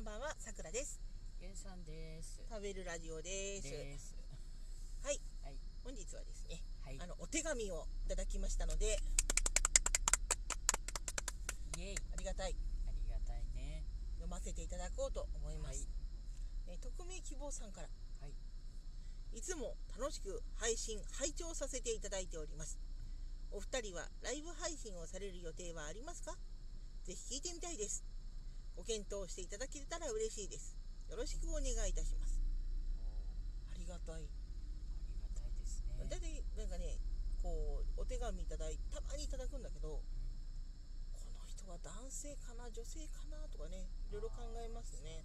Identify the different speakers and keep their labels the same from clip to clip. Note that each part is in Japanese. Speaker 1: んばんは、さくらです。
Speaker 2: げんさんです。
Speaker 1: 食べるラジオです。
Speaker 2: です。
Speaker 1: はい、
Speaker 2: はい。
Speaker 1: 本日はですね、
Speaker 2: はい。
Speaker 1: あのお手紙をいただきましたので、
Speaker 2: イエイ。
Speaker 1: ありがたい。
Speaker 2: ありがたいね。
Speaker 1: 読ませていただこうと思いま
Speaker 2: はい
Speaker 1: す。えー匿名希望さんから、
Speaker 2: はい。
Speaker 1: いつも楽しく配信、拝聴させていただいております。お二人はライブ配信をされる予定はありますかぜひ聞いてみたいです。ご検討していただけたら嬉しいです。よろしくお願いいたします。
Speaker 2: お
Speaker 1: ありがたい。
Speaker 2: ーありがたいですね。
Speaker 1: 大体なんかねこうお手紙いただいたまにいただくんだけどこ
Speaker 2: うん
Speaker 1: の人は男性かな女性かなとかねいろいろ考えますね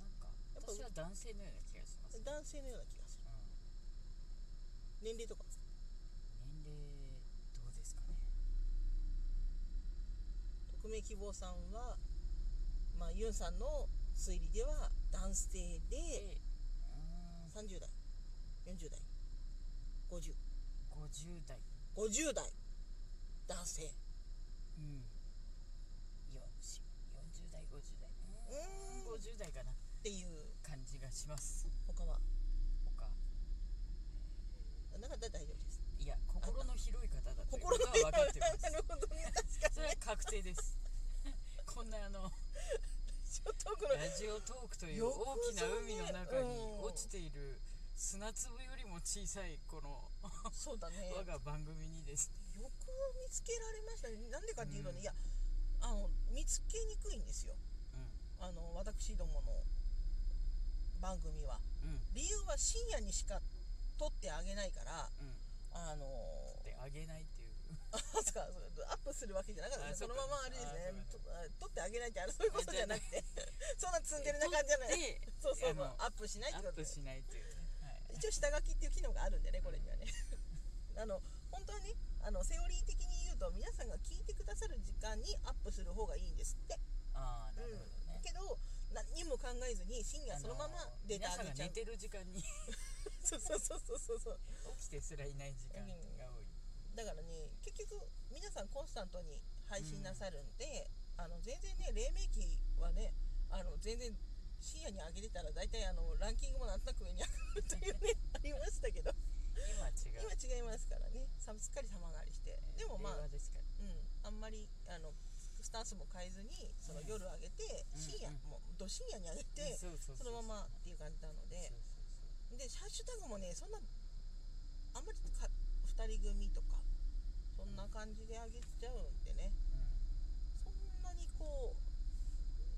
Speaker 2: あーそう
Speaker 1: やっぱ
Speaker 2: なんか私は男性のような気がします。うん
Speaker 1: 男性のような気がする年齢とか
Speaker 2: 年齢どうですかね。
Speaker 1: 匿名希望さんはまあユンさんの推理では男性で
Speaker 2: で、う
Speaker 1: 30代40代5050
Speaker 2: ーん、五十代。
Speaker 1: 代男性
Speaker 2: うん。よし、四十代五十代。
Speaker 1: うーん
Speaker 2: 五十代かな
Speaker 1: っていう
Speaker 2: 感じがします。
Speaker 1: 他は
Speaker 2: 他。
Speaker 1: なんか大丈夫です
Speaker 2: いや心の広い方だというこ
Speaker 1: 心
Speaker 2: と
Speaker 1: の広い
Speaker 2: は分かってます
Speaker 1: なるほどね確
Speaker 2: そ
Speaker 1: か
Speaker 2: れ
Speaker 1: に
Speaker 2: は確定です こんなあの
Speaker 1: ちょっとこの
Speaker 2: ラジオトークという
Speaker 1: よ
Speaker 2: 大
Speaker 1: く
Speaker 2: きな海の中に
Speaker 1: うん
Speaker 2: 落ちている砂粒よりも小さいこの
Speaker 1: そうだね
Speaker 2: 我が番組にです
Speaker 1: よく見つけられましたねなんでかっていうとね、
Speaker 2: うん
Speaker 1: いやあの見つけにくいんですよ
Speaker 2: う
Speaker 1: あの私どもの番組は
Speaker 2: んうん
Speaker 1: 理由は深夜にしか撮ってあげないから
Speaker 2: うん
Speaker 1: あの
Speaker 2: であげないっていう
Speaker 1: あそうかそうアップするわけじゃなかったね
Speaker 2: あ
Speaker 1: そ
Speaker 2: そ
Speaker 1: う
Speaker 2: か
Speaker 1: のままあれですね
Speaker 2: あそう
Speaker 1: とあ撮ってあげないってあれそういうことじゃなくて そんな積んでるな感じじゃない
Speaker 2: で
Speaker 1: そうそうそう
Speaker 2: あの
Speaker 1: アップしないって
Speaker 2: ア
Speaker 1: こ
Speaker 2: ッ
Speaker 1: とで
Speaker 2: プしないっていうねはい
Speaker 1: 一応下書きっていう機能があるんでねこれにはね あの本当はねあのセオリー的に言うと皆さんが聞いてくださる時間にアップする方がいいんですって、
Speaker 2: ああなるほど
Speaker 1: うん
Speaker 2: ね
Speaker 1: けど何にも考えずに深夜そのまま
Speaker 2: あの
Speaker 1: デー
Speaker 2: 皆
Speaker 1: タ
Speaker 2: さん
Speaker 1: 上げ
Speaker 2: が
Speaker 1: ちゃ
Speaker 2: 寝
Speaker 1: う
Speaker 2: てる時間に
Speaker 1: そうそうそうそうそうそう
Speaker 2: 起きてすらいない時間が多い
Speaker 1: だからね結局皆さんコンスタントに配信なさるんで、あの全然ね黎明期はねあの全然深夜に上げてたら大体あのランキングもなんとなく上に上がるというねありましたけど
Speaker 2: 今は違う
Speaker 1: 今違いますからねさすっかり様変わりしてでもまあ
Speaker 2: 令、和ですから
Speaker 1: うん、あんまりあのスタンスも変えずにその
Speaker 2: うん
Speaker 1: 夜上げて
Speaker 2: うん
Speaker 1: 深夜、
Speaker 2: うん
Speaker 1: もうど深夜に上げて
Speaker 2: そうそ
Speaker 1: そ
Speaker 2: うそう
Speaker 1: のままっていう感じなのででハッシュタグもねそんなあんまりか2人組とかそんな感じで上げちゃうんでねそんなにこう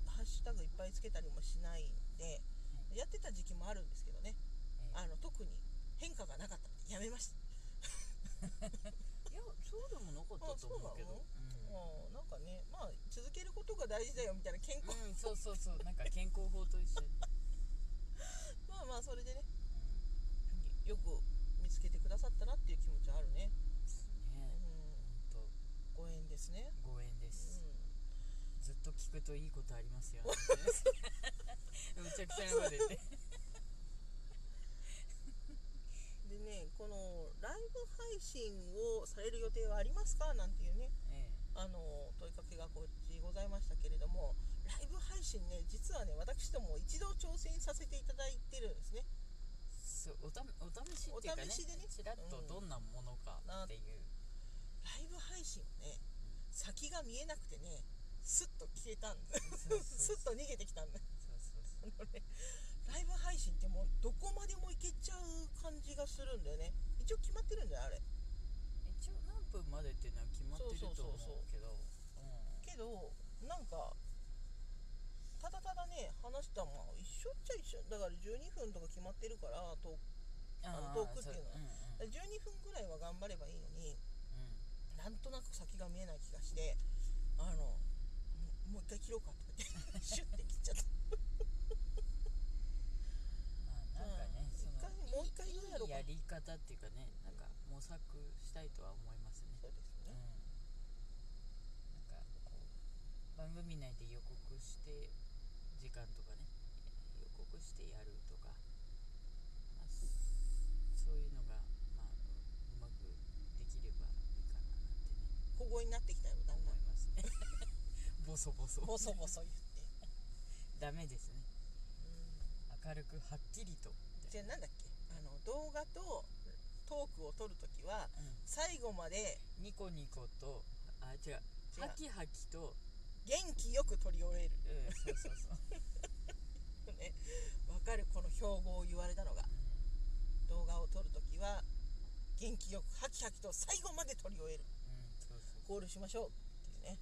Speaker 1: ハッシュタグいっぱいつけたりもしないんでやってた時期もあるんですけどねあの特に変化がなかったんでやめました。
Speaker 2: いやそうでもなかったと思うけど
Speaker 1: あうんなんかねまあ続けることが大事だよみたいな健康、
Speaker 2: うん、うん、そうそうそうなんか健康法と一緒に、
Speaker 1: まあまあそれでねよく見つけてくださったなっていう気持ちはあるね、
Speaker 2: うん、
Speaker 1: う
Speaker 2: ね
Speaker 1: ん、
Speaker 2: 本
Speaker 1: ご縁ですね、
Speaker 2: 当ご縁で
Speaker 1: う
Speaker 2: す、
Speaker 1: ん、
Speaker 2: ずっと聞くといいことありま すよむちゃくちゃなこと言って
Speaker 1: でねこのライブ配信をされる予定はありますかなんていうね
Speaker 2: ええ
Speaker 1: あの問いかけがこっちございましたけれどもライブ配信ね実はね私ども一度挑戦させていただいてるんですね
Speaker 2: そうおたお試しっていうかね
Speaker 1: お試しでね
Speaker 2: ちらっとどんなものかっていう、
Speaker 1: ライブ配信ね先が見えなくてねスッと消えたんで
Speaker 2: そう
Speaker 1: す
Speaker 2: そうそう
Speaker 1: スッと逃げてきたんで
Speaker 2: そうそうそう
Speaker 1: ライブ配信ってもうどこまでもいけちゃう感じがするんだよね一応決まってるんだよあれ
Speaker 2: 一応何分までっていうのは決まってると思うけどうん
Speaker 1: けどなんかただただね話したまあ一緒っちゃ一緒だから12分とか決まってるからと
Speaker 2: あー
Speaker 1: トークっていうのは
Speaker 2: そんうん
Speaker 1: 12分ぐらいは頑張ればいいのになんとなく先が見えない気がしてあのもうもう一回切ろうかとか言って シュッて切っちゃった
Speaker 2: まあ なんかね、
Speaker 1: うん
Speaker 2: その
Speaker 1: 一回もう一回言うやろうか
Speaker 2: いいやり方っていうかねなんか模索したいとは思いますね、
Speaker 1: そうです
Speaker 2: うん、
Speaker 1: ね
Speaker 2: なんかこう番組内で予告して時間とかね予告してやるとか、まあ、そそういうのが、まあ、うまくできればいいかなってね
Speaker 1: 小声になってきたよだんだ
Speaker 2: 思
Speaker 1: ん
Speaker 2: いますねボソボソ
Speaker 1: ボソボソ言って
Speaker 2: ダメですね
Speaker 1: うん
Speaker 2: 明るくはっきりと、
Speaker 1: じゃあなんだっけあの動画とトークを撮るときは
Speaker 2: う
Speaker 1: 最後まで
Speaker 2: ん、ニコニコとあ違
Speaker 1: 違
Speaker 2: う
Speaker 1: う
Speaker 2: ハキハキと、
Speaker 1: 元気よく撮り終え
Speaker 2: うん、そうそうそう、
Speaker 1: るねわかるこの標語を言われたのが
Speaker 2: う
Speaker 1: 動画を撮るときは元気よくハキハキと最後まで撮り終える
Speaker 2: んうん、そうそう
Speaker 1: ゴールしましょうっていうね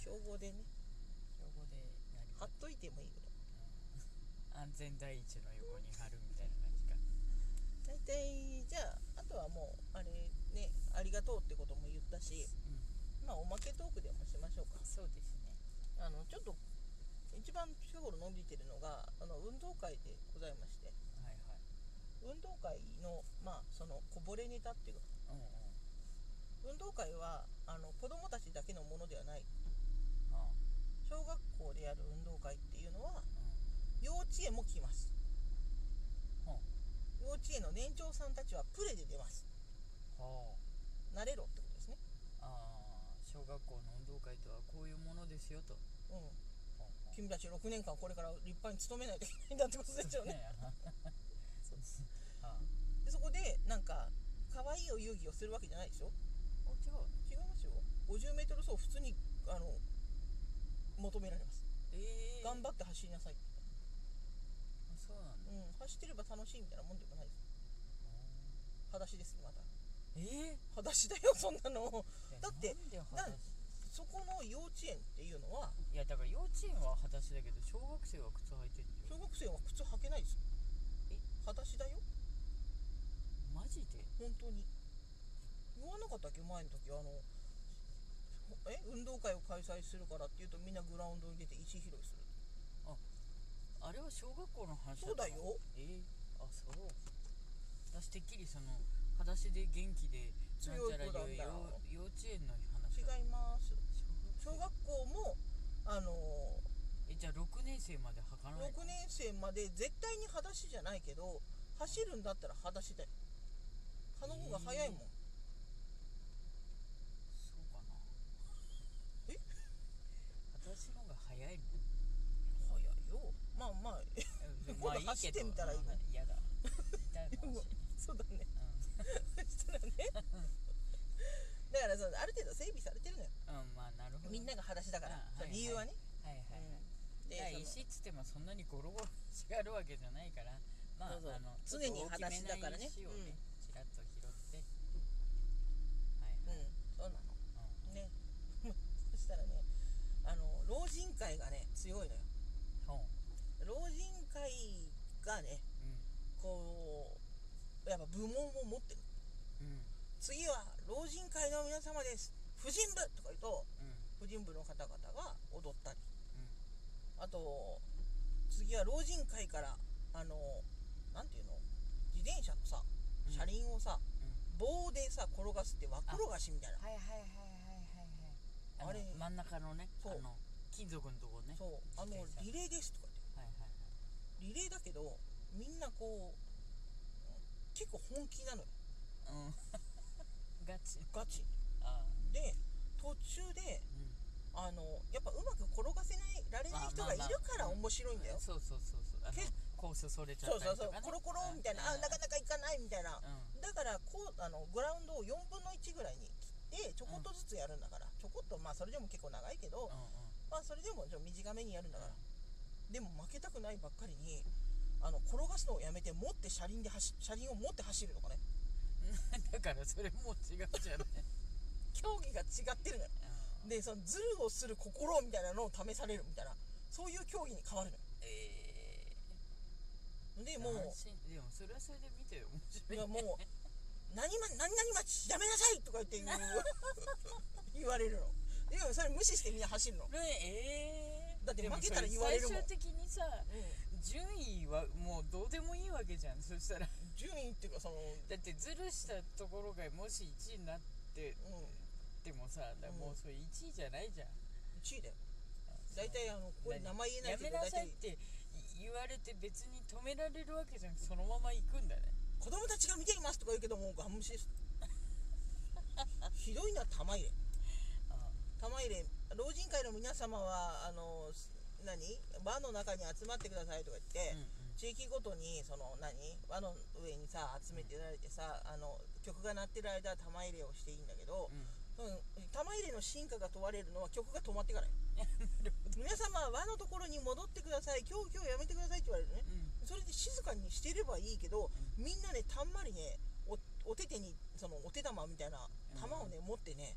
Speaker 1: 標語でね
Speaker 2: 標語で何
Speaker 1: 貼っといてもいいぐらい
Speaker 2: 安全第一の横に貼るみたいな感じか
Speaker 1: 大体じゃああとはもうあれねありがとうってことも言ったし
Speaker 2: うん
Speaker 1: まあおまけトークでもしましょうか
Speaker 2: そうですね
Speaker 1: あのちょっと一番近頃伸びてるのがあの運動会でございまして
Speaker 2: はいはい
Speaker 1: 運動会のまあそのこぼれネタっていうか
Speaker 2: うんう
Speaker 1: 運
Speaker 2: ん
Speaker 1: 動会はあの子どもたちだけのものではない
Speaker 2: あ
Speaker 1: 小学校でやる運動会っていうのは
Speaker 2: う
Speaker 1: 幼稚園も来ます
Speaker 2: んは
Speaker 1: 幼稚園の年長さんたちはプレで出ます
Speaker 2: あは
Speaker 1: 慣れろってことですね
Speaker 2: ああー小学校の運動会とはこういうものですよと
Speaker 1: うん
Speaker 2: はあ
Speaker 1: 君たち6年間これから立派に勤めないといけないんだってことですよね
Speaker 2: そうそうあ
Speaker 1: でそこでなんか可愛いお遊戯をするわけじゃないでしょ
Speaker 2: あ違う
Speaker 1: 違いますよ 50m 走普通にあの求められます
Speaker 2: ええ
Speaker 1: 頑張って走りなさい、
Speaker 2: あそうなん
Speaker 1: う
Speaker 2: だ
Speaker 1: ん、走ってれば楽しいみたいなもんでもないです裸足ですねまた
Speaker 2: ええ
Speaker 1: 裸足 だよそんなのだって
Speaker 2: なんで裸
Speaker 1: だ
Speaker 2: 足
Speaker 1: そこの幼稚園っていうのはい
Speaker 2: やだから幼稚園は裸足だけど小学生は靴履いてるんだ
Speaker 1: 小
Speaker 2: よ
Speaker 1: 学生は靴履けないですよ
Speaker 2: え
Speaker 1: 裸足だよ
Speaker 2: マジで
Speaker 1: 本当に言わなかったっけ前の時あのえ運動会を開催するからっていうとみんなグラウンドに出て石拾いする
Speaker 2: あれは小学校の話
Speaker 1: そうだよ
Speaker 2: ええあそう私てっきりその裸足で元気でなん
Speaker 1: 強い
Speaker 2: ちゃら
Speaker 1: 子なん
Speaker 2: いう
Speaker 1: だ
Speaker 2: よ幼稚園の話
Speaker 1: 違
Speaker 2: だ
Speaker 1: います
Speaker 2: 小
Speaker 1: 小
Speaker 2: 学
Speaker 1: 学校もあの
Speaker 2: えじゃあ6年生まで履かないの
Speaker 1: 6年生まで絶対に裸足じゃないけど走るんだったら裸足だよ蚊の方が早いもん
Speaker 2: そうかな
Speaker 1: え
Speaker 2: 私の方が早 いの
Speaker 1: 早いよまあまあ
Speaker 2: え
Speaker 1: 今度走ってみたらいいの
Speaker 2: うん嫌 だ痛いかもしれ
Speaker 1: そうだね
Speaker 2: ない
Speaker 1: そしたらねだからそうある程度整備されてるのよ
Speaker 2: うん、うん、まあなるほど
Speaker 1: みんなが裸足だから
Speaker 2: あ、はいはい
Speaker 1: 理由はね、
Speaker 2: はいはいはい、
Speaker 1: うんで
Speaker 2: いや石っつってもそんなにゴロゴロ石があるわけじゃないからまあ
Speaker 1: そうそう
Speaker 2: あの
Speaker 1: 常に裸足だからね
Speaker 2: ちょっと大きめな石を
Speaker 1: う
Speaker 2: ね
Speaker 1: ん
Speaker 2: ちらっと拾ってはい
Speaker 1: そのう
Speaker 2: はい、
Speaker 1: んそうなの
Speaker 2: うん
Speaker 1: ね そしたらねあの老人会がね強いのよ
Speaker 2: ほう
Speaker 1: 老人会がねこうやっぱ部門を持ってる
Speaker 2: うんうん
Speaker 1: 次は老人会の皆様です婦人部とか言うと
Speaker 2: うん
Speaker 1: 婦人部の方々が踊ったり
Speaker 2: うん
Speaker 1: あと次は老人会からあのなんていうの自転車のさ
Speaker 2: うん
Speaker 1: 車輪をさ、
Speaker 2: う
Speaker 1: 棒でさ転がすって輪転がしみたいな
Speaker 2: はいはいはいはいはいはい
Speaker 1: あれ
Speaker 2: の真ん中のねあ
Speaker 1: そう
Speaker 2: の金属のとこね
Speaker 1: そうあの
Speaker 2: 自転車
Speaker 1: リレーですとか
Speaker 2: はいはいはい
Speaker 1: 言ってリレーだけどみんなこう結構本気なのよ
Speaker 2: うん ガチ
Speaker 1: ガチ
Speaker 2: ああ
Speaker 1: で途中で
Speaker 2: う
Speaker 1: あのやっぱうまく転がせないられない人がいるから
Speaker 2: まあまあまあうん
Speaker 1: 面白いんだよ、
Speaker 2: そうそうそうそうあの
Speaker 1: け
Speaker 2: コースそれちゃ
Speaker 1: そ
Speaker 2: っ
Speaker 1: う
Speaker 2: たり
Speaker 1: そうそ
Speaker 2: と
Speaker 1: う
Speaker 2: かね
Speaker 1: コロコロみたいなあなかなか行かないみたいな
Speaker 2: うん
Speaker 1: だからこうあのグラウンドを4分の1ぐらいに切ってちょこっとずつやるんだから、ちょこっとまあそれでも結構長いけど、
Speaker 2: うんうん
Speaker 1: まあそれでもちょっと短めにやるんだから、でも負けたくないばっかりにあの転がすのをやめて持って車輪で走車輪を持って走るとかね
Speaker 2: だからそれもう違うじゃない、
Speaker 1: 競技が違ってるのよでそのズルをする心みたいなのを試されるみたいなそういう競技に変わるのよ
Speaker 2: え
Speaker 1: で
Speaker 2: ー、
Speaker 1: もう
Speaker 2: 斬新でもそれはそれで見てよ面
Speaker 1: い
Speaker 2: 白い
Speaker 1: や
Speaker 2: ね
Speaker 1: もう何々何々町やめなさいとか言って言う 言われるのでもそれ無視してみんな走るの、
Speaker 2: ねえー、
Speaker 1: だって
Speaker 2: でも
Speaker 1: 負けたら言われるもん
Speaker 2: そ最終的にさ順位はもうどうでもいいわけじゃんそしたら
Speaker 1: 順位っていうかその、う
Speaker 2: だってずるしたところがもし1位になって
Speaker 1: ん、
Speaker 2: でもさだからもうそれ1位じゃないじゃん
Speaker 1: 1位だよ大体あのこれ名前言えない
Speaker 2: や
Speaker 1: け
Speaker 2: め
Speaker 1: ど
Speaker 2: な
Speaker 1: 大
Speaker 2: さいっ
Speaker 1: 体
Speaker 2: て言われて別に止められるわけじゃなくてそのまま行くんだね
Speaker 1: 子供たちが見ていますとか言うけどもうガン無視ですひどいのは玉入れ
Speaker 2: あ
Speaker 1: 玉入れ老人会の皆様はあのす何輪の中に集まってくださいとか言って、
Speaker 2: うんうん
Speaker 1: 地域ごとにその何輪の上にさ集めてられてさ、あの曲が鳴ってる間は玉入れをしていいんだけど、
Speaker 2: うん
Speaker 1: うん、玉入れの進化が問われるのは曲が止まってからよ皆様は輪のところに戻ってください今日今日やめてくださいって言われるね
Speaker 2: うん
Speaker 1: それで静かにしてればいいけど、みんなねたんまりねおお手手にそのお手玉みたいな玉をね、持ってね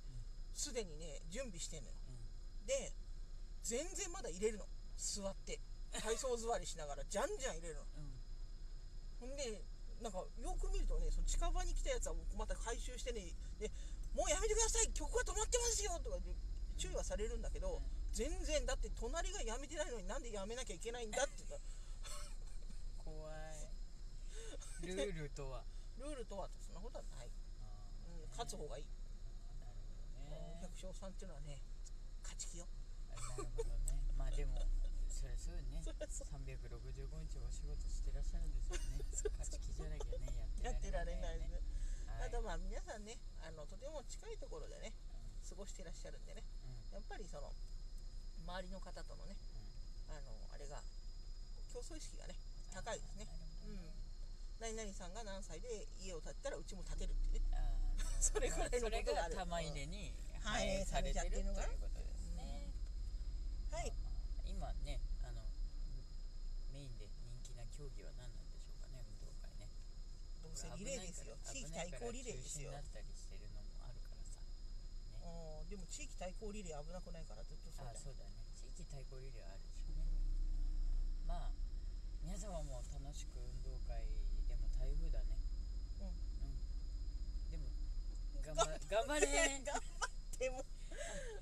Speaker 1: すでにね準備してんのよで全然まだ入れるの座って体操座りしながらじゃんじゃん入れるの
Speaker 2: う
Speaker 1: ほん
Speaker 2: ん
Speaker 1: でなんかよく見るとねその近場に来たやつはまた回収してねでもうやめてください曲は止まってますよとかで注意はされるんだけど、全然だって隣がやめてないのになんでやめなきゃいけないんだって言ったら
Speaker 2: 怖いルール とは
Speaker 1: ルールとはそんなことはない、うん、勝つ方がいい、
Speaker 2: なるほどね
Speaker 1: 百姓さんっていうのはね勝ち気よ
Speaker 2: なるほどねまあでもそれそうよね365日お仕事してらっしゃるんですよね勝ち気じゃなきゃね
Speaker 1: やっ
Speaker 2: やってて
Speaker 1: ら
Speaker 2: ら
Speaker 1: れ
Speaker 2: れ
Speaker 1: な
Speaker 2: ないい
Speaker 1: で
Speaker 2: よ
Speaker 1: す、
Speaker 2: ねはい
Speaker 1: あとまあ皆さんねあのとても近いところでね
Speaker 2: う
Speaker 1: 過ごしてらっしゃるんでね
Speaker 2: んうん
Speaker 1: やっぱりその周りの方とのねあのあれが競争意識がね高いですね何々さんが何歳で家を建てたらうちも建てるってね
Speaker 2: あー
Speaker 1: それぐらいの
Speaker 2: それ
Speaker 1: ことがあ
Speaker 2: が
Speaker 1: る
Speaker 2: 玉入れに反映されてるということですね、
Speaker 1: はい
Speaker 2: 今ねあのメインで人気な競技は何なんでしょうかね
Speaker 1: ど
Speaker 2: 運動会ね
Speaker 1: うせリレーですよ地域対抗リレーですよ
Speaker 2: 危ないから中止になったりしてるのもあるからさ
Speaker 1: うんでも地域対抗リレー危なくないからずっとそう
Speaker 2: あ
Speaker 1: じゃん
Speaker 2: そうだね地域対抗リレーはあるでしょうねまあ皆様も楽しく運動会でも台風だね
Speaker 1: うん
Speaker 2: うんでも頑張頑張れ
Speaker 1: 頑張っても